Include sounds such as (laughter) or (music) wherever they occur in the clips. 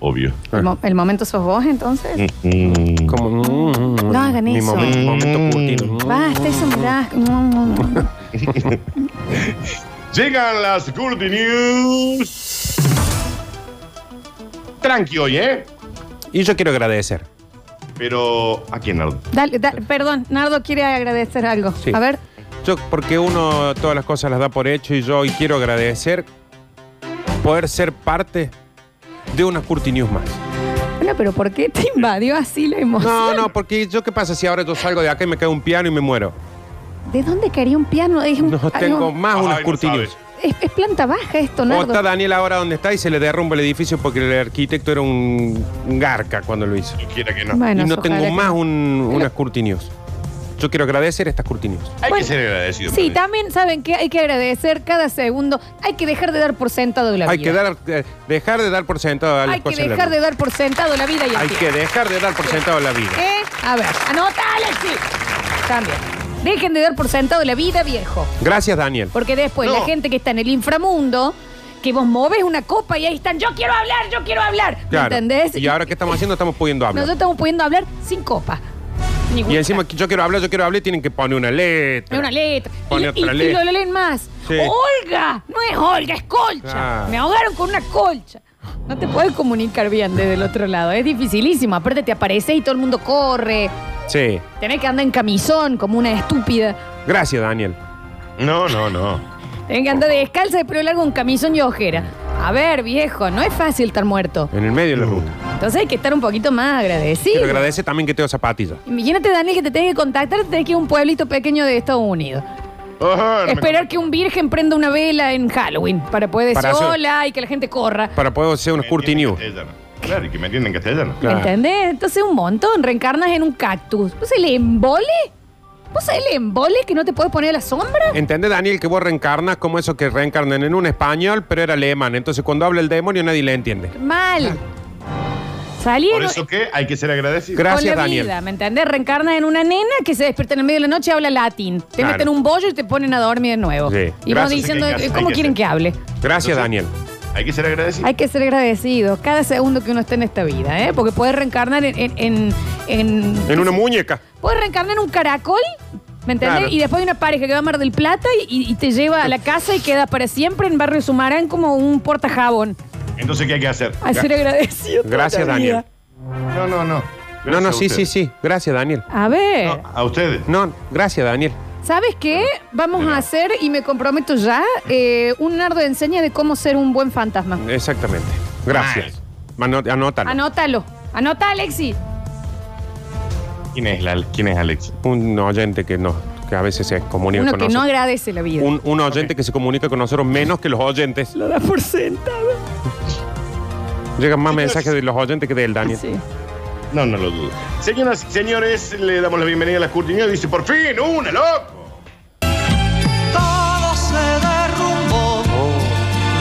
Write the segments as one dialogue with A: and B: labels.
A: obvio.
B: Ah.
C: El, mo- el momento sos vos, entonces.
A: Mm.
B: Como,
C: No hagan
B: mi
C: eso.
B: momento, momento
A: Mm.
B: curtido.
C: Basta, eso me da. Mm, mm, mm.
A: Llegan las Curti News. Tranqui hoy, ¿eh?
B: Y yo quiero agradecer.
A: Pero, ¿a quién? Nardo?
C: Dale, da- perdón, Nardo quiere agradecer algo.
B: Sí.
C: A ver,
B: Yo, porque uno todas las cosas las da por hecho y yo hoy quiero agradecer poder ser parte de unas Curti News más.
C: bueno, pero ¿por qué te invadió así la emoción?
B: No, no, porque yo qué pasa si ahora yo salgo de acá y me cae un piano y me muero.
C: ¿De dónde quería un piano? Es, un-
B: No
C: hay
B: tengo
C: un-
B: más
A: Ay,
B: unas
A: no
B: Curti
A: sabe.
B: News.
C: es, es planta baja esto,
B: O
C: Nardo.
B: está Daniel ahora donde está y se le derrumba el edificio porque el arquitecto era un un garca cuando lo hizo.
A: Yo quiera que no.
C: Bueno,
B: y no
C: ojalá
B: tengo
C: que-
B: más un- unas Curti News. Yo quiero agradecer estas Curti News.
A: Hay que
C: Bueno.
A: ser agradecido.
C: Sí,
A: Freddy.
C: también saben que hay que agradecer cada segundo. Hay que dejar de dar por sentado la
B: Hay
C: vida.
B: que dar, eh, dejar de dar por sentado a las
C: Hay que
B: cosas en la
C: dejar
B: vida.
C: de dar por sentado la vida y el
B: Hay
C: tiempo.
B: que dejar de dar por sentado a la vida.
C: ¿Eh? A ver, anota, Alexis. También. Dejen de dar por sentado la vida, viejo.
B: Gracias, Daniel.
C: Porque después
A: No.
C: la gente que está en el inframundo, que vos moves una copa y ahí están, yo quiero hablar, yo quiero hablar. ¿Me
B: Claro.
C: entendés? Eh,
B: Y ahora que estamos haciendo, estamos pudiendo hablar.
C: Nosotros estamos pudiendo hablar sin copa. Ninguna.
B: y encima, yo quiero hablar, yo quiero hablar, y tienen que poner una letra.
C: Es una letra.
B: Pone
C: y,
B: otra
C: y- y
B: letra.
C: lo leen más.
B: Sí.
C: Olga, no es Olga, es colcha.
B: Claro.
C: Me ahogaron con una colcha. No te puedes comunicar bien desde el otro lado. Es dificilísimo. Aparte te apareces y todo el mundo corre.
B: Sí.
C: Tenés que andar en camisón como una estúpida.
B: Gracias, Daniel.
A: No, no, no.
C: Tenés que andar descalza de pelo largo en camisón y ojera. A ver, viejo, no es fácil estar muerto.
B: En el medio
A: Mm.
B: de la ruta.
C: Entonces hay que estar un poquito más
B: Quiero
C: agradecido.
B: agradecer también que tengo zapatillas.
C: Imagínate, Daniel, que te tenés que contactar, te tenés que ir a un pueblito pequeño de Estados Unidos.
A: Ajá, Ah, no me-
C: Esperar que un virgen prenda una vela en Halloween para poder decir
B: Para hacer-
C: hola y que la gente corra.
B: Para poder hacer unas
A: me
B: Curti
A: entienden
B: News.
A: castellano. Claro, y que me entienden castellano.
B: Claro.
C: ¿Entendés? Entonces un montón, reencarnas en un cactus. ¿Vos el embole? ¿Vos el embole que no te puedes poner a la sombra?
B: ¿Entendés, Daniel, que vos reencarnas como eso que reencarnan en un español, pero era alemán? Entonces, cuando habla el demonio, nadie le entiende.
C: Mal.
A: Por
C: Salieron
A: eso que hay que ser agradecido.
B: Gra-
C: con la
B: Gracias, Daniel.
C: vida, ¿me entendés? Reencarnas en una nena que se despierta en el medio de la noche y habla latín. Te
B: Claro.
C: meten un bollo y te ponen a dormir de nuevo.
B: Sí.
C: Y
A: Gracias,
C: vos diciendo,
A: hay que- hay
C: ¿cómo
A: que
C: quieren
A: ser-
C: que hable?
A: Entonces-
B: Gracias, Daniel.
A: Hay que ser agradecido.
C: Hay que ser agradecidos cada segundo que uno esté en esta vida, ¿eh? Porque puedes reencarnar en... en, en, en-
B: En una muñeca.
C: Puedes reencarnar en un caracol, ¿me entendés?
B: Claro.
C: Y después hay una pareja que va a Mar del Plata y, y te lleva a la casa y queda para siempre en Barrio Sumarán como un portajabón.
A: Entonces, ¿qué hay que hacer?
C: A ser agradecido. toda
B: Gracias,
C: la vida.
B: Daniel.
A: No, no, no.
B: No,
A: Gracias
B: no,
A: a
B: sí, sí,
A: ustedes.
B: sí. Gracias, Daniel.
C: A ver,
A: No, a ustedes.
B: No, gracias, Daniel.
C: ¿sabes qué? Vamos a hacer, y me comprometo ya, eh, un nardo de enseña de cómo ser un buen fantasma.
B: Exactamente. Gracias. Ano- Anótalo.
C: Anótalo. Anota, Alexi.
A: ¿Quién es, la, ¿Quién es Alex?
B: Un oyente que no, que a veces se comunica
C: Uno
B: con
C: que no
B: nosotros.
C: agradece la vida.
B: un, un oyente que se comunica con nosotros menos que los oyentes.
C: Lo da por sentado.
B: Llegan más mensajes de los oyentes que del Daniel.
C: Sí.
A: No, no lo dudo. Señoras y señores, le damos la bienvenida a las Curti News. Dice, por fin, una, loco.
D: Todo se derrumbó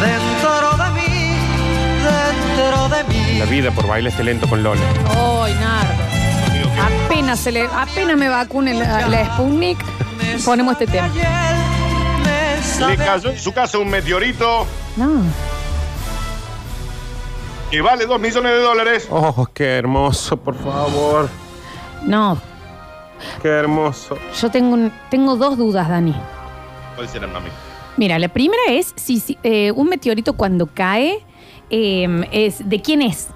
D: dentro de mí, dentro de mí.
B: La vida por baile este lento con Lola.
C: Ay, Nardo. Apenas, se le, apenas me vacune la, la Sputnik,
B: (laughs)
C: ponemos este tema.
D: Ayer me
A: Le
D: sabe-
A: cayó en su casa un meteorito
C: No.
A: que vale dos millones de dólares.
B: Oh, qué hermoso, por favor.
C: No.
B: Qué hermoso.
C: Yo tengo, un- tengo dos dudas, Dani.
A: ¿Cuál será, mami?
C: Mira, la primera es si, si, eh, un meteorito cuando cae eh, es de quién es,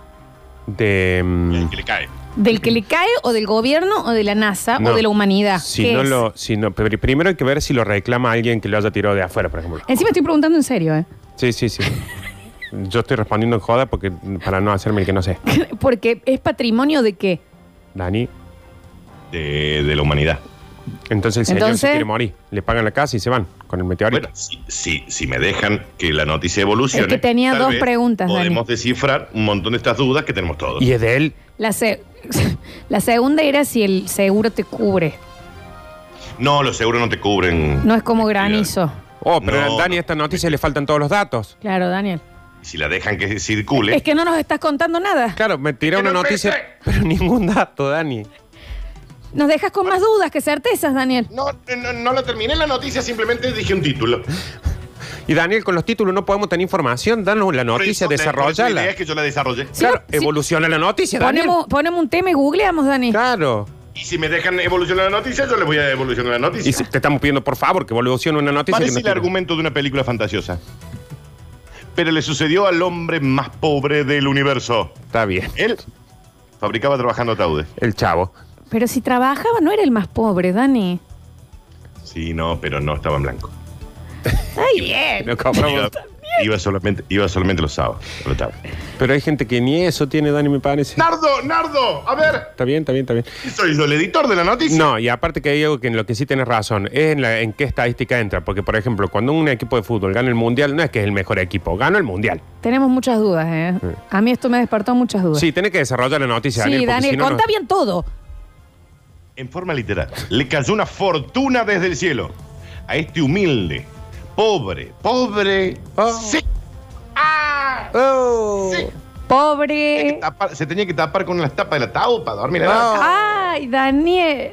B: De. mm,
A: El que le cae.
C: del que le cae o del gobierno o de la NASA
B: no.
C: o de la humanidad.
B: Si
C: ¿Qué
B: no
C: es?
B: lo, si no, pero primero hay que ver si lo reclama alguien que lo haya tirado de afuera, por ejemplo.
C: Encima estoy preguntando en serio, ¿eh? (laughs)
B: Sí, sí, sí. Yo estoy respondiendo en joda porque para no hacerme el que
C: (laughs)
B: no sé.
C: Porque es patrimonio de qué.
B: Dani,
A: De, de la humanidad.
B: entonces el señor se
C: Entonces-
B: quiere morir. Le pagan la casa y se van con el meteorito.
A: Bueno, si, si- si me dejan que la noticia
C: Es
A: evolucione.
C: que tenía
A: tal
C: dos
A: vez
C: preguntas, Dani.
A: Podemos descifrar un montón de estas dudas que tenemos todos.
B: y es de él.
C: La, se- (laughs) la segunda era si el seguro te cubre.
A: No, los seguros no te cubren.
C: No es como granizo.
B: Oh, pero
A: No,
B: a Dani
A: no.
B: esta noticia le faltan todos los datos.
C: Claro, Daniel.
A: Si la dejan que circule.
C: Es que no nos estás contando nada.
B: Claro, me tiré una noticia, pero ningún dato, Dani.
C: Nos dejas con más dudas que certezas, Daniel.
A: No, no, no la terminé la noticia, simplemente dije un título.
B: Y Daniel, con los títulos no podemos tener información. Danos la noticia,
A: Por eso, por eso La idea
B: desarrollala.
A: es que yo la desarrollé.
C: Sí,
B: Claro,
C: sí.
B: evoluciona la (laughs) noticia, Daniel.
C: Ponemos, ponemos un tema y googleamos, Dani.
B: Claro.
A: Y si me dejan evolucionar la noticia, yo les voy a evolucionar la noticia.
B: Y si te estamos pidiendo, por favor, que evolucione una noticia. que
A: Parece
B: no
A: el
B: tiene-
A: argumento de una película fantasiosa. Pero le sucedió al hombre más pobre del universo.
B: Está bien.
A: Él fabricaba trabajando ataúdes.
B: El chavo.
A: (laughs)
C: Pero si trabajaba, no era el más pobre, Dani.
A: Sí, no, pero no estaba en blanco.
C: Ay, bien.
B: Lo compramos.
A: Iba, iba solamente, iba solamente los sábados. a los tablas.
B: Pero hay gente que ni eso tiene, Dani, me parece.
A: Nardo, Nardo, a ver,
B: Está bien, está bien, está bien.
A: soy yo el editor de la noticia.
B: No, y aparte que hay algo que en lo que sí tienes razón, es en, la- en qué estadística entra. Porque, por ejemplo, cuando un equipo de fútbol gana el mundial, no es que es el mejor equipo, gana el mundial.
C: Tenemos muchas dudas, ¿eh? A mí esto me despertó muchas dudas.
B: Sí, tiene que desarrollar la noticia, Daniel.
C: Sí,
B: porque
C: Daniel,
B: si no, no-
C: contá bien todo.
A: En forma literal, le cayó una fortuna desde el cielo a este humilde, pobre, pobre.
B: Oh.
A: Sí. Ah,
B: Oh.
A: sí. Tenía que
C: Pobre.
A: tapar- se tenía que tapar con las tapas del ataúd para dormir.
B: Ah.
C: Ay, Daniel.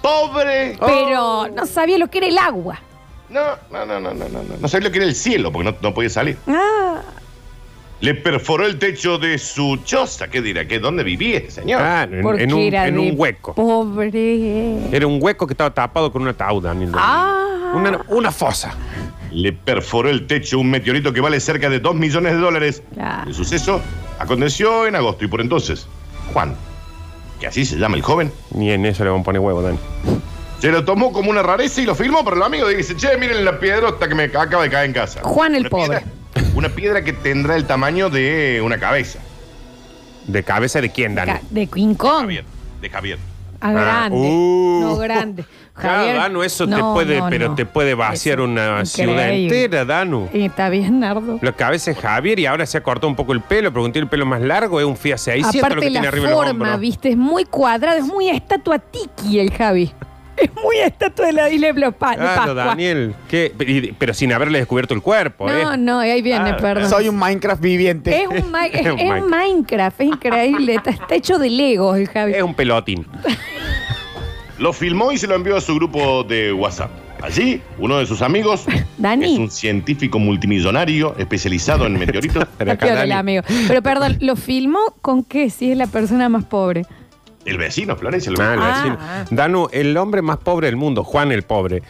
A: Pobre.
B: Oh.
C: Pero no sabía lo que era el agua.
A: No, no, no, no, no, no. No sabía lo que era el cielo porque no, no podía salir.
C: Ah.
A: Le perforó el techo de su choza. ¿Qué dirá? ¿Qué, ¿Dónde vivía este señor?
B: Ah, en,
C: Porque
B: en un,
C: era
B: en
C: de
B: un hueco.
C: Pobre.
B: Era un hueco que estaba tapado con un ataúd, Daniel.
C: Ah.
B: Una, una fosa.
A: Le perforó el techo un meteorito que vale cerca de 2 millones de dólares.
C: Claro.
A: El suceso aconteció en agosto y por entonces, Juan, que así se llama el joven,
B: Ni en eso le van a poner huevo, Dani.
A: se lo tomó como una rareza y lo filmó, pero los amigos dicen, che, miren la piedra hasta que me ca- acaba de caer en casa.
C: Juan el
A: Una piedra- una piedra que tendrá el tamaño de una cabeza.
B: ¿De cabeza de quién, Dani? Ah,
C: Ca- De King Kong.
A: Javier, de Javier.
C: A grande.
B: uh.
C: No grande.
B: Claro, Danu, eso te
C: no,
B: puede,
C: no,
B: pero
C: no.
B: te puede vaciar
C: Eso,
B: una ciudad
C: increíble.
B: entera, Danu.
C: Y está bien, Nardo.
B: La cabeza es Javier y ahora se ha cortado un poco el pelo, pregunté el pelo más largo, es un Fiat 600 lo que
C: Aparte
B: tiene
C: la
B: arriba del
C: forma,
B: hombro.
C: viste, es muy cuadrado, es muy estatua tiki el Javi. (laughs) Es muy estatua de la isla de los pa- de
B: Claro,
C: Pascua.
B: Ah, Daniel, ¿qué? Y- pero sin haberle descubierto el cuerpo, ¿eh?
C: No, no, ahí viene, perdón.
E: Soy un Minecraft viviente.
C: es un,
B: (laughs)
C: ma- es,
B: Es un
C: es
B: Minecraft.
C: Minecraft, es increíble. Está, está hecho de Legos el Javi.
B: Es un pelotín.
A: Lo filmó y se lo envió a su grupo de WhatsApp. Allí, uno de sus amigos,
C: (laughs) Dani.
A: que es un científico multimillonario especializado en meteoritos,
B: Pero
C: Está
B: acá,
C: piola (laughs) el
B: Dani,
C: amigo. Pero perdón, ¿lo filmó con qué? Si es la persona más pobre.
A: el vecino, Florencia. el
B: Ah,
A: vecino.
B: lo
C: Ah.
B: vecino. Danu, el hombre más pobre del mundo, Juan el pobre,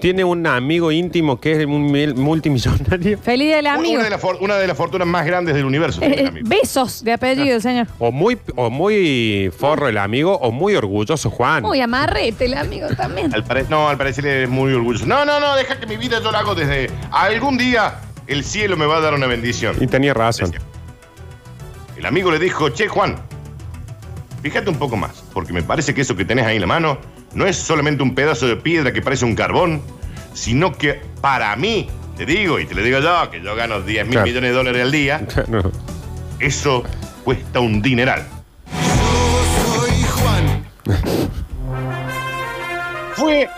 B: tiene un amigo íntimo que es un mil- multimillonario
C: Feliz día del
A: Una-
C: amigo.
A: Una, de las for- una de las fortunas más grandes del universo.
C: (laughs) Eh,
A: tiene el
C: eh,
A: amigo.
C: besos de
B: Ah.
C: apellido, señor.
B: o muy o muy forro el amigo o muy orgulloso Juan.
C: Muy amarrete el amigo también.
A: Al pare- no, al parecer es muy orgulloso. No, no, no, deja que mi vida yo la hago desde... Algún día el cielo me va a dar una bendición.
B: Y tenía razón. (laughs)
A: El amigo le dijo, che, Juan, fíjate un poco más, porque me parece que eso que tenés ahí en la mano no es solamente un pedazo de piedra que parece un carbón, sino que para mí, te digo, y te lo digo yo, que yo gano 10 mil
B: Claro.
A: millones de dólares al día, eso cuesta un dineral. Fue,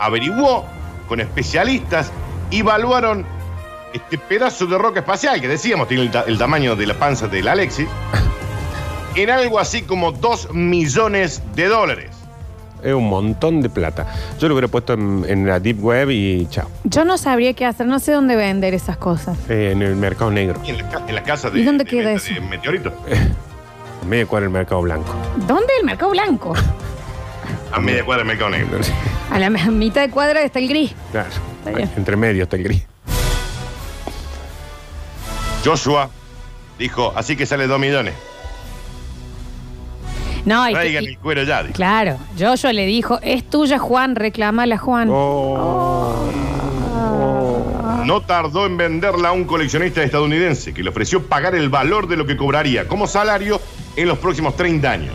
A: averiguó con especialistas y evaluaron este pedazo de roca espacial que decíamos tiene el, ta- el tamaño de la panza
C: (laughs)
A: del Alexis en algo así como 2 millones de dólares.
B: Es un montón de plata. Yo lo hubiera puesto en, en la Deep Web y chao.
C: Yo no sabría qué hacer, no sé dónde vender esas cosas.
B: Eh, en el mercado negro.
A: Y en la, ca- en la casa de,
C: ¿Y dónde
A: de
C: queda
A: venta
C: eso?
A: de meteoritos.
B: En medio cuadro el
A: (laughs)
B: mercado blanco.
C: ¿Dónde? El mercado blanco.
A: A media cuadra del mercado negro.
C: (laughs) A la mitad de cuadra está el gris.
B: Claro.
C: Está bien.
B: Entre medio está el gris.
A: Joshua dijo, así que sale dos millones.
C: No, y,
A: Traigan
C: y-
A: el cuero ya. dijo.
C: claro, Joshua le dijo, es tuya Juan, reclamala Juan.
B: Oh.
A: No tardó en venderla a un coleccionista estadounidense que le ofreció pagar el valor de lo que cobraría como salario en los próximos 30 años.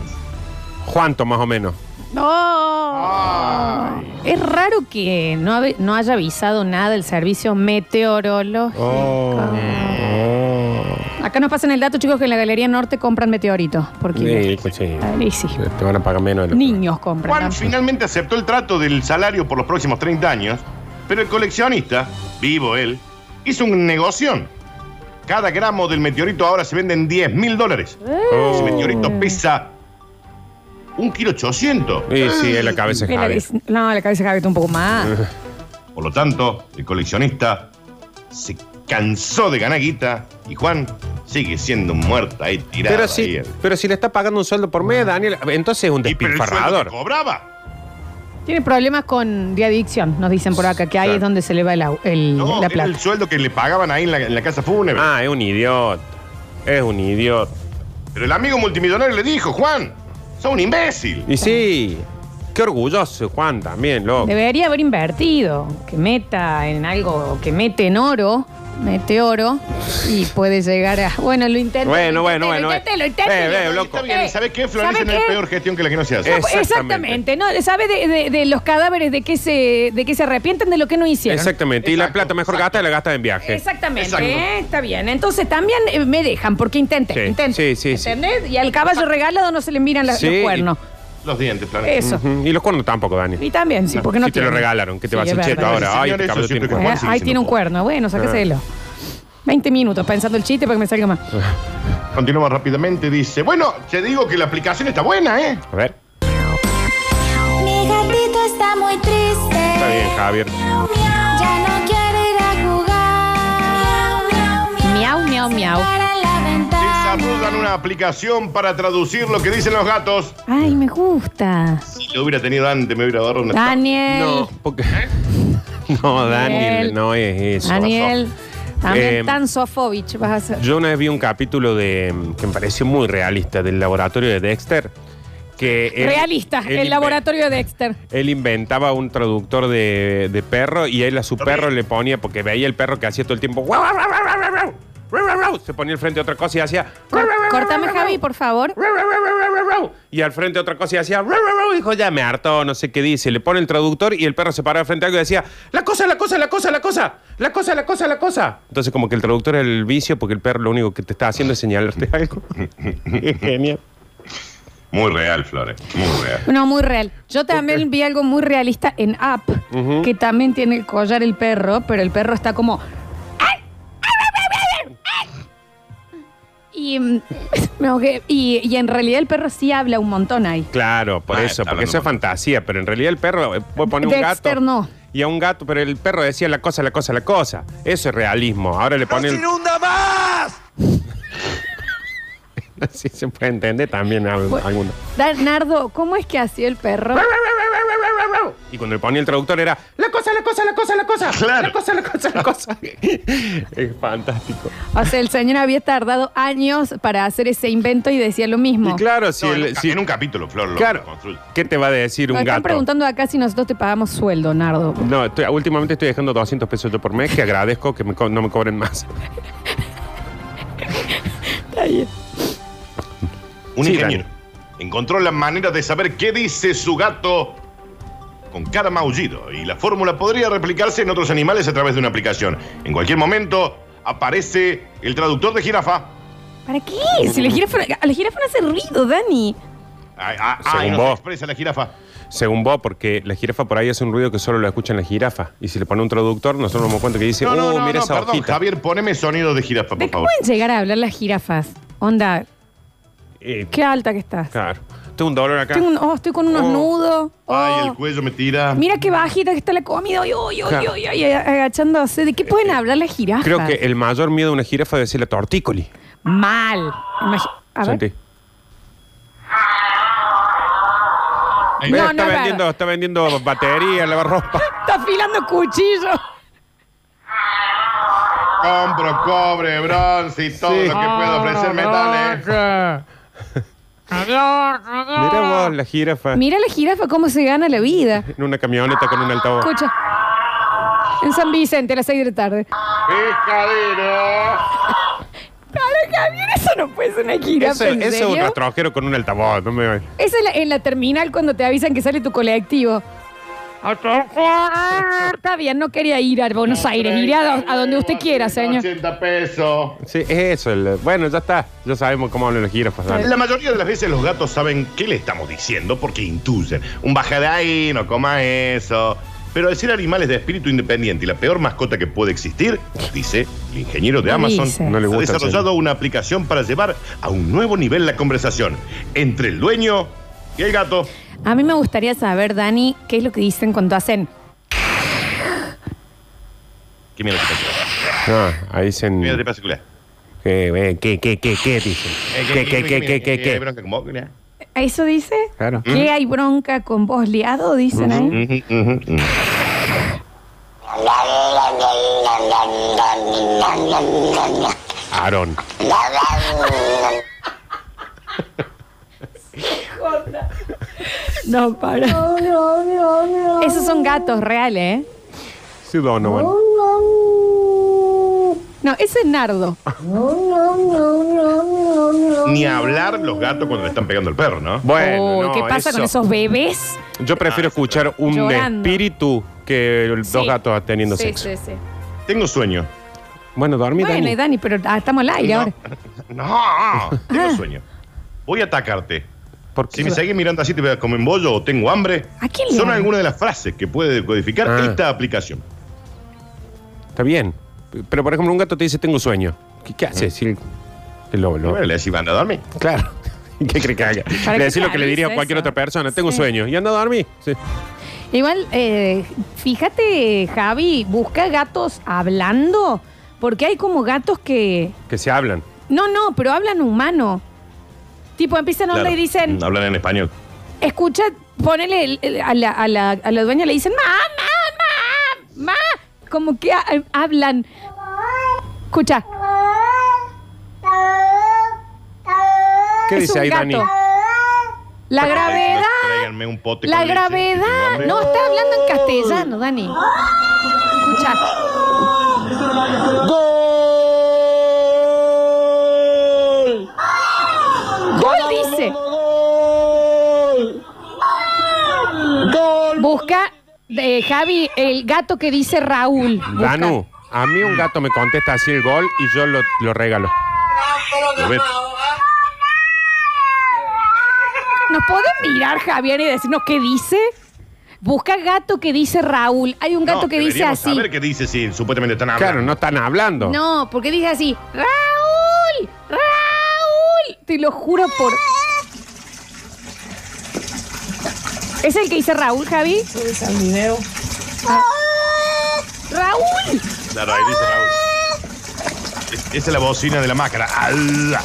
B: Juanto, más o menos.
A: Ah.
C: No. Es raro que no, habe- no haya avisado nada el servicio meteorológico.
B: Oh.
A: Oh.
C: Acá nos pasan el dato, chicos, que en la Galería Norte compran meteoritos. Porque
B: Sí, pues sí.
C: sí.
B: Te van a pagar menos de lo que-
C: niños compran.
A: Juan finalmente aceptó el trato del salario por los próximos 30 años, pero el coleccionista, vivo él, hizo un negocio. Cada gramo del meteorito ahora se vende en 10 mil dólares.
B: Oh.
A: Ese meteorito pesa un kilo 800.
B: Sí, sí, es la cabeza de
C: Mira,
B: Javier.
C: es- No, la cabeza Javier un poco más.
B: (laughs)
A: Por lo tanto, el coleccionista se cansó de ganar guita y Juan sigue siendo un muerto ahí tirado.
B: Pero si,
A: ahí.
B: pero si le está pagando un sueldo por mes, Daniel, entonces es un
A: Y pero el sueldo
B: despilfarrador.
A: que cobraba.
C: Tiene problemas con de adicción, nos dicen por acá, que ahí
B: Claro.
C: es donde se le va el, au- el-
A: No,
C: la
A: era el
C: plata.
A: sueldo que le pagaban ahí en la, en la casa fúnebre.
B: Ah, es un idiota. Es un idiota.
A: Pero el amigo multimillonario le dijo, Juan, sos un imbécil.
B: Y sí, qué orgulloso Juan también, loco.
C: Debería haber invertido, que meta en algo, que mete en oro, mete oro y puede llegar a... Bueno, lo intento.
B: Bueno,
C: lo
B: bueno,
C: intenté,
B: bueno,
C: Lo intenté, lo
B: eh.
C: intenté. lo
B: Eh, eh,
C: intenté.
B: loco.
A: Está bien, ¿y sabes qué? Florencia
C: ¿Sabe
A: es
C: qué?
A: peor gestión que la que no se hace.
B: Es-
C: Exactamente.
B: Exactamente.
C: ¿no? ¿Sabe de, de- de los cadáveres de que se de que se arrepienten de lo que no hicieron?
B: Exactamente. y la
A: Exacto,
B: plata mejor
A: exacto.
B: gasta la gasta en viaje.
C: Exactamente,
A: Exacto.
C: ¿eh? está bien. Entonces también eh, me dejan, porque intenté,
B: Sí,
C: intenté.
B: sí, sí, sí.
C: ¿Entendés? Y al caballo regalado no se le miran las-
B: Sí.
C: los cuernos.
A: Los dientes,
C: Eso.
A: Florencia.
B: Ujú, Y los cuernos tampoco, Dani.
C: Y también, sí, porque no
B: si te lo
C: tiene.
B: regalaron, ¿qué te vas
C: Sí,
B: a
C: es
B: hacer cheto
C: verdad.
B: ahora?
A: Sí,
B: Ay,
A: señores,
B: te acabo de
A: eso siempre
B: tiempo.
A: Juan
C: Eh,
A: sigue
C: Ahí
A: siendo
C: tiene un
A: pobre.
C: cuerno. Bueno, sáqueselo. 20 minutos pensando el chiste para que me salga más.
A: Mm. Continuamos rápidamente. Dice, bueno, te digo que la aplicación está buena, ¿eh?
B: A ver,
E: Mi gatito está muy triste.
B: está bien, Javier.
E: Ya no quiere ir a jugar.
C: Miau, miau, miau.
E: Para la ventana.
A: Desarrollan una aplicación para traducir lo que dicen los gatos.
C: Ay, me gusta.
A: Si lo hubiera tenido antes, me hubiera dado
C: Ah,
A: una...
C: Daniel.
B: No, porque. (laughs) No, Dani,
C: Daniel.
B: no es eso.
C: Daniel. También
B: Eh,
C: tan sofovich vas a ser.
B: Yo una vez vi un capítulo de que me pareció muy realista del laboratorio de Dexter. Que él-
C: Realista,
B: él
C: el
B: inve-
C: laboratorio de Dexter.
B: Él inventaba un traductor de, de perro y él a su perro le ponía, porque veía el perro que hacía todo el tiempo. "Guau, guau, guau, guau, guau, guau, guau, guau, guau", Se ponía al frente de otra cosa y hacía. "Guau, guau, guau,
C: Cortame,
B: guau, guau,
C: Javi, por favor.
B: guau, guau, guau, guau, guau, guau", Y al frente otra cosa y hacía. "Guau, guau, guau", Dijo, ya me hartó, no sé qué dice. Le pone el traductor y el perro se paraba al frente de algo y decía: La cosa, la cosa, la cosa, la cosa, la cosa, la cosa, la cosa. Entonces, como que el traductor era el vicio porque el perro lo único que te está haciendo es señalarte (laughs) algo. Genial.
A: Muy real, Flores. Muy real.
C: No, muy real. Yo también vi algo muy realista en App, que también tiene el collar el perro, pero el perro está como. Y, mm, (laughs) me ahogué. y, y en realidad el perro sí habla un montón ahí.
B: Claro, por
A: Ah,
B: eso,
A: está
B: porque
A: hablando
B: eso es
A: mal.
B: fantasía, pero en realidad el perro eh, puede poner un gato.
C: Dexter no.
B: Y a un gato, pero el perro decía la cosa, la cosa, la cosa. Eso es realismo. Ahora le
D: ¡No se
B: ponen. (laughs)
D: inunda más!
B: Así se puede entender también a- alguno.
C: Da- Nardo, ¿cómo es que hacía el perro?
B: Y cuando le ponía el traductor era la cosa, la cosa, la cosa, la cosa.
A: Claro.
B: La cosa, la cosa,
A: (laughs)
B: la cosa. es fantástico.
C: O sea, el señor había tardado años para hacer ese invento y decía lo mismo.
B: Y claro, si
A: No, en,
B: el.
A: un, ca-
B: si-
A: en un capítulo, Flor, lo
B: claro.
A: construye.
B: ¿Qué te va a decir
C: Nos
B: un
C: están
B: gato?
C: preguntando acá si nosotros te pagamos sueldo, Nardo.
B: No, estoy- últimamente estoy dejando 200 pesos yo por mes, que agradezco que me co- no me cobren más.
A: Un
B: Sí,
A: ingeniero encontró la manera de saber qué dice su gato con cada maullido y la fórmula podría replicarse en otros animales a través de una aplicación. En cualquier momento aparece el traductor de jirafa.
C: ¿Para qué? Si la jirafa, la jirafa no hace ruido, Dani.
A: Ay, ah,
B: Según
A: ay, no se
B: vos.
A: expresa la jirafa.
B: Según vos, porque la jirafa por ahí hace un ruido que solo lo escuchan las jirafas. Y si le pone un traductor, nosotros nos damos cuenta que dice,
A: no,
B: uh,
A: no, no,
B: mira
A: no,
B: esa
A: perdón,
B: hojita.
A: Javier, poneme sonido de jirafa, por
C: ¿De qué
A: favor.
C: pueden llegar a hablar las jirafas? Onda,
B: Eh,
C: qué alta que estás.
B: claro. Tengo un dolor acá.
C: Tengo un- oh, estoy con unos
B: Oh.
C: nudos. Oh.
A: Ay, el cuello me tira.
C: Mira qué bajita que está la comida. Ay, ay, ay,
B: Claro.
C: ay, ay, agachándose. ¿De qué pueden hablar las jirafas?
B: Eh, Creo que el mayor miedo de una jirafa debe ser la tortícoli.
C: Mal. Imagi- a ver.
B: Santi.
C: No,
B: está,
C: no es
B: vendiendo,
C: verdad.
B: está vendiendo batería, lavarropa.
C: (laughs) Está afilando cuchillo.
A: Compro cobre, bronce y todo
B: Sí. Ah,
A: lo que puedo ofrecer metales.
B: Mira vos, la jirafa
C: Mira la jirafa cómo se gana la vida.
B: en una camioneta con un altavoz.
C: Escucha. En San Vicente, a las 6 de la tarde. (laughs)
A: Picadero.
C: Claro, Javier, eso no puede ser una jirafa.
B: Eso,
C: ¿en
B: eso es un
C: serio?
B: rastrojero con un altavoz. No me...
C: Esa es la- en la terminal cuando te avisan que sale tu colectivo. Está bien, no quería ir a Buenos Aires, iré a, do- a donde usted quiera, señor.
A: 80 pesos.
B: Sí, es eso. el- bueno, ya está. Ya sabemos cómo hablan los jirafas. Dani.
A: La mayoría de las veces los gatos saben qué le estamos diciendo porque intuyen. Un baja de ahí, no coma eso. Pero al ser animales de espíritu independiente y la peor mascota que puede existir, dice el ingeniero de
C: No
A: Amazon,
C: dice.
B: No le
A: ha
B: gusta,
A: desarrollado una aplicación para llevar a un nuevo nivel la conversación entre el dueño y el gato.
C: A mí me gustaría saber, Dani, qué es lo que dicen cuando hacen.
A: ¿Qué mierda te pasa?
B: No, ahí
A: ¿Qué
B: dicen.
A: mierda te pasa, culé?
B: ¿Qué, eh, qué, qué, qué, qué, dicen?
A: Eh,
B: ¿Qué, qué, qué, qué, qué,
A: hay
B: qué?
A: bronca con vos, culé?
C: ¿A ¿Eso dice?
B: Claro.
C: ¿Qué hay bronca con vos liado? Dicen ¿eh? ahí.
A: Ujú, ujú, ujú.
B: Aarón.
C: No, para. Esos son gatos reales, ¿eh?
B: Sí, Donovan.
C: Oh, No, ese es Nardo.
A: Ni hablar los gatos cuando le están pegando al perro, ¿no?
B: Bueno,
C: Uy,
B: no,
C: Oh, ¿Qué pasa con
B: eso-
C: esos bebés?
B: Yo prefiero escuchar un
C: Llorando.
B: espíritu que el- dos
C: Sí.
B: gatos teniendo
C: sí,
B: sexo.
C: Sí, sí,
A: Tengo sueño.
B: Bueno, dormí,
C: Bueno,
B: Dani.
C: y Dani, pero ah, estamos al aire ahora.
A: (laughs)
C: Ah.
A: No, tengo sueño. Voy a atacarte.
B: ¿Por qué?
A: Si me seguís mirando así, te voy a comer un bollo o tengo hambre.
C: ¿A quién le
A: Son
C: hablas?
A: algunas de las frases que puede decodificar
B: Ah.
A: esta aplicación.
B: Está bien. Pero, por ejemplo, un gato te dice, tengo sueño. ¿Qué, qué haces? Si el- el lobo, lo-
A: Bueno, le decís, van a dormir.
B: Claro. (laughs) ¿Qué crees que haga?
C: ¿Para
B: Le
C: qué
B: decís lo que le
C: realiza
B: diría a cualquier
C: eso?
B: otra persona. Tengo
C: Sí.
B: sueño. ¿Y anda a dormir? Sí.
C: Igual, eh, fíjate, Javi, busca gatos hablando, porque hay como gatos que...
B: Que se hablan.
C: No, no, pero hablan humano. Tipo, empiezan a hablar
A: Claro.
C: y dicen,
A: Mm, Hablan en español.
C: escucha, ponele el- el- a, la, a, la, a la dueña, le dicen, mamá, mamá, ma", como que ha- hablan. Escucha,
B: ¿Qué
C: Es
B: dice
C: un
B: ahí, Dani?
C: gato. la gravedad,
A: Tráiganme un pote
C: la
A: con leche,
C: gravedad.
A: que tengo hambre.
C: No, está hablando en castellano, Dani. Escucha.
F: ¡Gol!
C: Gol dice. Ah.
F: ¡Gol! ¡Gol!
C: Busca, eh, Javi, el gato que dice Raúl. Busca.
B: Danu, a mí un gato me contesta así el gol y yo lo, lo regalo.
A: Lo ves.
C: ¿Nos pueden mirar, Javier, y decirnos qué dice? Busca gato que dice Raúl. Hay un gato
A: No,
C: que dice
A: deberíamos
C: así.
A: saber qué dice si supuestamente están hablando.
B: Claro, no están hablando.
C: No, porque dice así. Raúl, Raúl. Te lo juro por... ¿Es el que dice Raúl, Javi? Ah. Raúl.
A: Claro, ahí dice Raúl. Es- Esa es la bocina de la máscara. ¡Ala!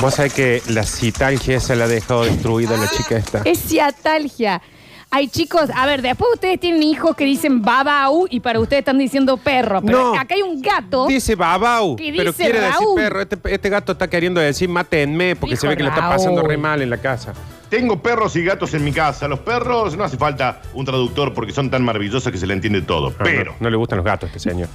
B: Vos sabés que la citalgia se la ha dejado destruida
C: Ah.
B: la chica esta.
C: Es ciatalgia. Ay, chicos, a ver, después ustedes tienen hijos que dicen babau y para ustedes están diciendo perro. Pero
B: No.
C: acá hay un gato.
B: Dice babau,
C: ¿Qué
B: pero
C: dice
B: quiere decir
C: Raúl?
B: perro. Este, este gato está queriendo decir mátenme porque se
C: Dijo
B: ve que la está pasando
C: Raúl.
B: re mal en la casa.
A: Tengo perros y gatos en mi casa. Los perros no hace falta un traductor porque son tan maravillosos que se le entiende todo.
B: Ah,
A: Pero
B: No, no le gustan los gatos a este señor.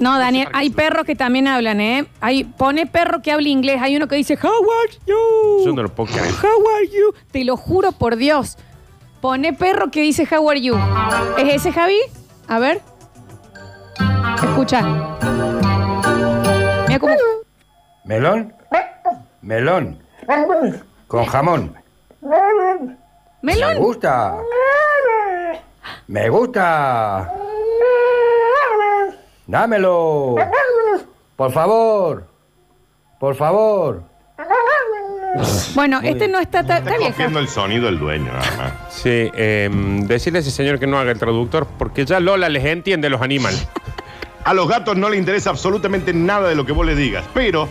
C: No, Daniel, hay perros que también hablan, ¿eh? Hay, pone perro que habla inglés. Hay uno que dice, How are you?
B: Yo no lo puedo creer.
C: How are you? Te lo juro por Dios. Pone perro que dice, How are you? ¿Es ese, Javi? A ver. Escucha. Mira cómo.
G: Melón. Melón. Con jamón. Me
C: Melón.
G: gusta. Me gusta. Dámelo. Por favor. Por favor.
C: Bueno, este no está tan. Está
A: está
C: bien,
A: copiando
C: Javi.
A: el sonido del dueño. nada más.
B: Sí, eh, decirle a ese señor que no haga el traductor porque ya Lola les entiende los animales.
A: A los gatos no les interesa absolutamente nada de lo que vos les digas, pero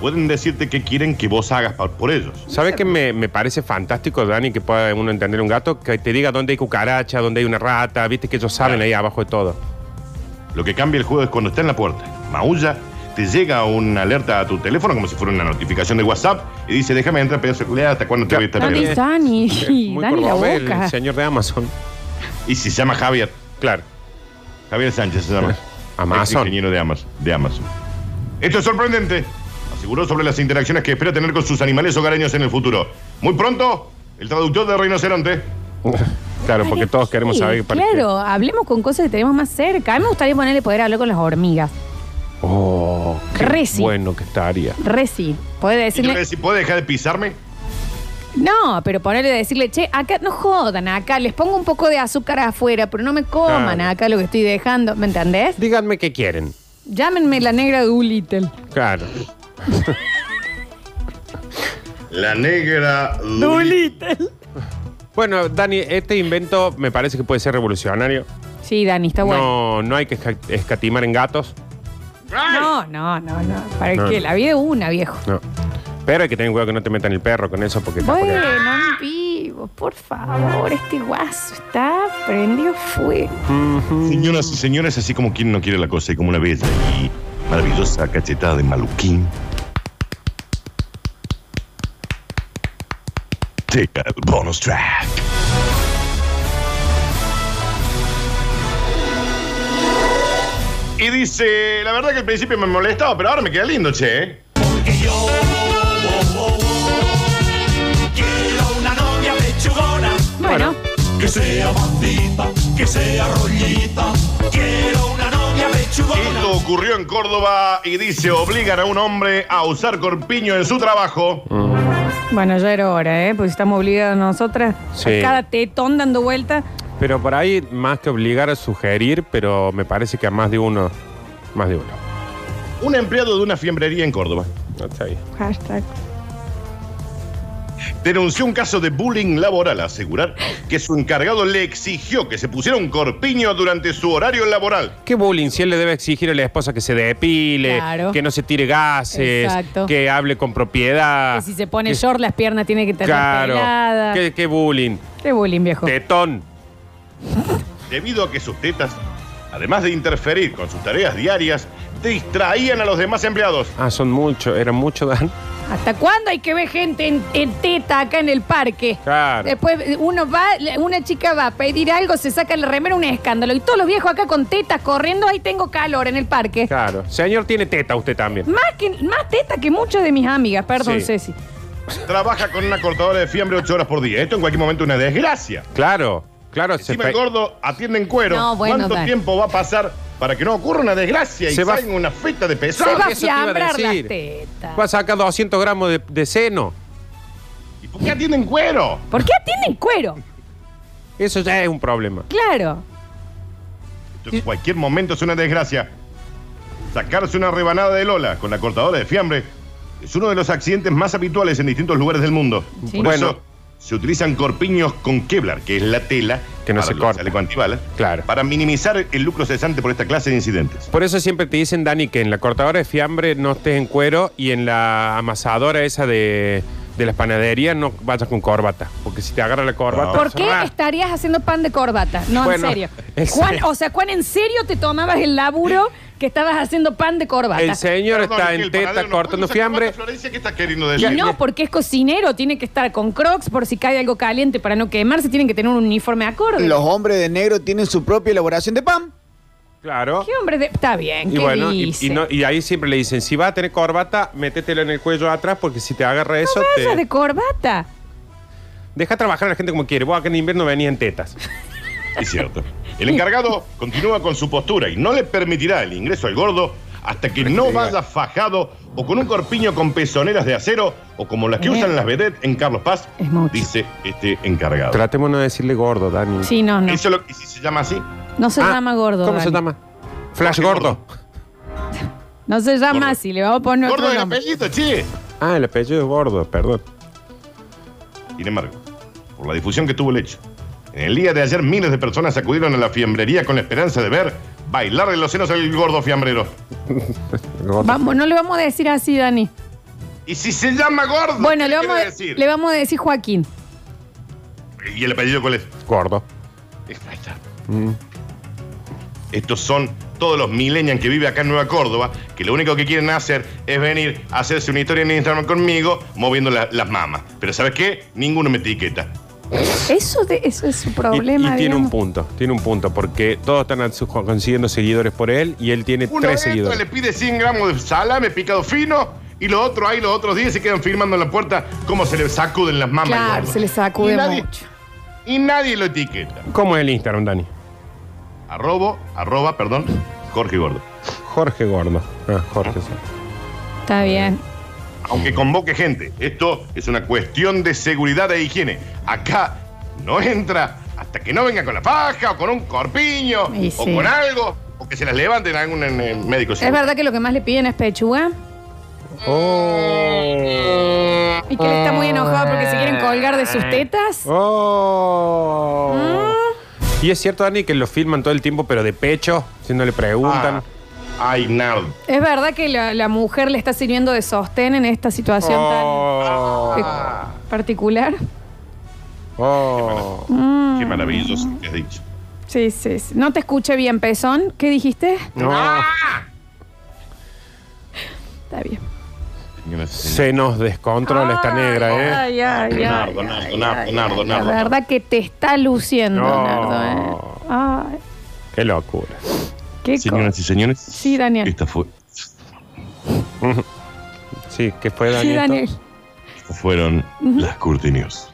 A: pueden decirte qué quieren que vos hagas pa- por ellos.
B: ¿Sabes qué me, me parece fantástico, Dani, que pueda uno entender un gato? Que te diga dónde hay cucaracha, dónde hay
C: (laughs)
B: una rata, viste que ellos saben ahí abajo de todo.
A: Lo que cambia el juego es cuando está en la puerta, maulla, te llega una alerta a tu teléfono como si fuera una notificación de WhatsApp y dice, déjame entrar, pedazo de culé, ¿hasta cuándo te voy a estar
C: Dani,
A: esperando?
B: También.
C: Dani, (laughs)
B: Muy
C: Dani la
B: cordobés,
C: boca.
B: el señor de Amazon.
A: Y si se llama Javier,
B: Claro.
A: Javier Sánchez se llama.
B: Amazon.
A: Ingeniero de Amazon, de Amazon. Esto es sorprendente. Aseguró sobre las interacciones que espera tener con sus animales hogareños en el futuro. Muy pronto, el traductor de rinoceronte.
B: Claro, porque todos queremos
C: Sí,
B: saber. para qué.
C: Claro, hablemos con cosas que tenemos más cerca. A mí me gustaría ponerle poder hablar con las hormigas.
B: Oh, qué
C: Reci.
B: bueno que estaría.
C: Reci, puede
A: Y yo le
C: decirle.
A: decía, ¿puede dejar de pisarme?
C: No, pero ponerle decirle, che, acá no jodan, acá les pongo un poco de azúcar afuera, pero no me coman
B: Claro.
C: acá lo que estoy dejando. ¿Me entendés?
B: Díganme qué quieren.
C: Llámenme la negra de Doolittle.
B: Claro.
A: La negra...
C: Doolittle.
B: Bueno, Dani, este invento me parece que puede ser revolucionario.
C: Sí, Dani, está Ah, bueno.
B: No, no hay que esca- escatimar en gatos.
C: No, no, no, no. ¿Para
B: No,
C: qué?
B: no.
C: La vida es una, viejo.
B: No. Pero hay que tener cuidado que no te metan el perro con eso porque capaz
C: Bueno,
B: que-
C: en vivo, por favor, este guaso está prendido fuego.
A: Señoras y señores, así como quien no quiere la cosa y como una bella y maravillosa cachetada de maluquín. Llega el bonus track. Y dice, la verdad que al principio me molestaba, pero ahora me queda lindo, che. ¿eh?
C: Bueno,
A: Esto ocurrió en Córdoba y dice, obligan a un hombre a usar corpiño en su trabajo.
C: bueno, ya era hora, ¿eh? Pues estamos obligados nosotras.
B: Sí.
C: a Cada tetón dando vuelta.
B: Pero por ahí, más que obligar a sugerir, pero me parece que a más de uno. Más de uno.
A: Un empleado de una fiambrería en Córdoba
B: No está ahí.
C: Hashtag.
A: denunció un caso de bullying laboral, al asegurar que su encargado le exigió que se pusiera un corpiño durante su horario laboral.
B: ¿Qué bullying? Si él le debe exigir a la esposa que se depile,
C: Claro.
B: que no se tire gases,
C: Exacto.
B: que hable con propiedad.
C: Que si se pone
B: Ah, que-
C: short, las piernas tienen que tener
B: Claro.
C: peladas.
B: ¿Qué, qué bullying?
C: Qué bullying, viejo.
B: Tetón.
A: Debido a que sus tetas, además de interferir con sus tareas diarias, distraían a los demás empleados.
B: Ah, son mucho, era
C: (laughs)
B: mucho, Dan.
C: ¿Hasta cuándo hay que ver gente en, en teta acá en el parque?
B: Claro.
C: Después eh, uno va, la- una chica va a pedir algo, se saca la remera, un escándalo. Y todos los viejos acá con tetas corriendo, ahí tengo calor en el parque.
B: Claro. Señor, tiene teta usted también.
C: Más, que, más teta que muchas de mis amigas, perdón,
B: Sí.
C: Ceci.
A: Trabaja con una cortadora de fiambre ocho horas por día. Esto en cualquier momento es una desgracia.
B: Claro, claro. Se,
A: Si me
B: pe-
A: gordo atiende en cuero,
C: No, bueno,
A: ¿cuánto
C: dale.
A: tiempo va a pasar para que no ocurra una desgracia y
B: Se va-
A: salga una feta de pesar?
C: Se va a
B: eso te iba a
C: fiambrar las
B: decir.
C: tetas.
B: va a sacar 200 gramos de, de seno.
A: ¿Y por qué atiende en cuero?
C: ¿Por qué atienden cuero?
B: Eso ya es un problema.
C: Claro.
A: En cualquier momento es una desgracia. Sacarse una rebanada de Lola con la cortadora de fiambre es uno de los accidentes más habituales en distintos lugares del mundo.
C: Sí.
A: Por
B: Bueno.
A: eso se utilizan corpiños con Kevlar, que es la tela
B: Que no
A: para
B: se
A: los
B: corta.
A: chalecos antibalas,
B: Claro.
A: para minimizar el lucro cesante por esta clase de incidentes.
B: Por eso siempre te dicen, Dani, que en la cortadora de fiambre no estés en cuero y en la amasadora esa de, de las panaderías no vayas con corbata. Porque si te agarra la corbata...
C: ¿Por qué
B: cerrá.
C: estarías haciendo pan de corbata? No,
B: Bueno,
C: en serio.
B: (laughs) en
C: Juan,
B: serio.
C: o sea, ¿cuán en serio te tomabas el laburo que estabas haciendo pan de corbata?
B: El señor
A: Perdón,
B: está
A: es que
B: en
A: el
B: teta
A: panadero no puede
B: cortando
A: usar
B: fiambre.
A: corbata, Florencia, ¿qué estás queriendo
C: Y
A: decir?
C: no, porque es cocinero, tiene que estar con crocs por si cae algo caliente para no quemarse, tienen que tener un uniforme acorde.
H: Los hombres de negro tienen su propia elaboración de pan.
B: Claro.
C: ¿Qué hombre de- Está bien,
B: Y
C: ¿qué
B: bueno, y,
C: dice?
B: y no- y ahí siempre le dicen, si vas a tener corbata, métetelo en el cuello atrás porque si te agarra eso... te...
C: Vaya de corbata.
B: Deja trabajar a la gente como quiere. Vos acá en invierno venís en tetas.
A: Es cierto. El encargado continúa con su postura y no le permitirá el ingreso al gordo hasta que no vaya fajado o con un corpiño con pezoneras de acero o como las que
C: Bien.
A: usan las vedettes en Carlos Paz,
C: Eh. Es mucho.
A: dice este encargado.
B: Tratemos de no decirle gordo, Dani.
C: Sí, no, no.
A: Eso es lo que si se llama así.
C: No se
B: Ah,
C: llama gordo.
B: ¿Cómo se
C: Dani.
B: llama? Flash gordo.
C: No se llama
A: Gordo.
C: así, le vamos a poner
A: gordo
C: otro
A: del
C: nombre.
A: apellido, che.
B: Ah, el apellido es gordo, perdón.
A: Sin embargo, por la difusión que tuvo el hecho, en el día de ayer miles de personas acudieron a la fiambrería con la esperanza de ver bailar de los senos al gordo fiambrero.
B: Gordo.
C: Vamos, no le vamos a decir así, Dani.
A: Y si se llama gordo,
C: Bueno,
A: ¿qué
C: le vamos,
A: quiere
C: a,
A: decir?
C: le vamos a decir Joaquín.
A: ¿Y el apellido cuál es?
B: Gordo.
A: Ahí está. Estos son todos los millennials que vive acá en Nueva Córdoba, que lo único que quieren hacer es venir a hacerse una historia en Instagram conmigo moviendo la- las mamas. Pero ¿sabes qué? Ninguno me etiqueta.
C: Eso, de- eso es su problema.
B: y, y tiene un
C: digamos.
B: punto, tiene un punto, porque todos están su- consiguiendo seguidores por él y él tiene
A: Uno
B: tres
A: entra,
B: seguidores.
A: le pide 100 gramos de salame picado fino y los otros ahí, los otros 10 se quedan firmando en la puerta como se le sacuden las
B: Ah,
A: mamas.
C: Claro,
A: gordo.
C: se le sacude
A: y nadie,
C: mucho.
A: y nadie lo etiqueta.
B: ¿Cómo es el Instagram, Dani?
A: Arrobo, arroba, perdón, Jorge Gordo.
B: Jorge Gordo. Ah, Jorge. sí.
C: Está bien.
A: Aunque convoque gente, esto es una cuestión de seguridad e higiene. Acá no entra hasta que no venga con la paja o con un corpiño
C: Y
A: o
C: sí.
A: con algo o que se las levanten a algún eh, médico.
C: ¿Es verdad que lo que más le piden es pechuga?
B: Oh.
C: Y que él está muy enojado porque se quieren colgar de sus tetas.
B: Oh. Y es cierto, Dani, que lo filman todo el tiempo, pero de pecho, si no le preguntan.
A: Ah, ay, nada.
C: ¿Es verdad que la, la mujer le está sirviendo de sostén en esta situación
B: Oh.
C: tan eh, particular?
B: Oh.
C: Mm.
A: Qué maravilloso que has dicho.
C: Sí, sí, sí. No te escuché bien, pezón. ¿Qué dijiste?
B: No.
C: Está bien.
B: Se nos descontrola esta negra, ¿eh?
C: Ay, ay, ay,
A: Nardo,
C: ay,
A: Nardo,
C: ay,
A: Nardo,
C: ay,
A: Nardo,
C: ay.
A: Nardo.
C: La verdad que te está luciendo,
B: No.
C: Nardo. ¿eh? Ay,
B: Qué locura.
C: qué
A: Señoras y
C: cosa.
A: señores.
C: Sí, Daniel.
A: Esta fue,
B: Sí, que fue Dani.
C: Sí,
B: esto?
C: Daniel.
A: fueron las Curti News.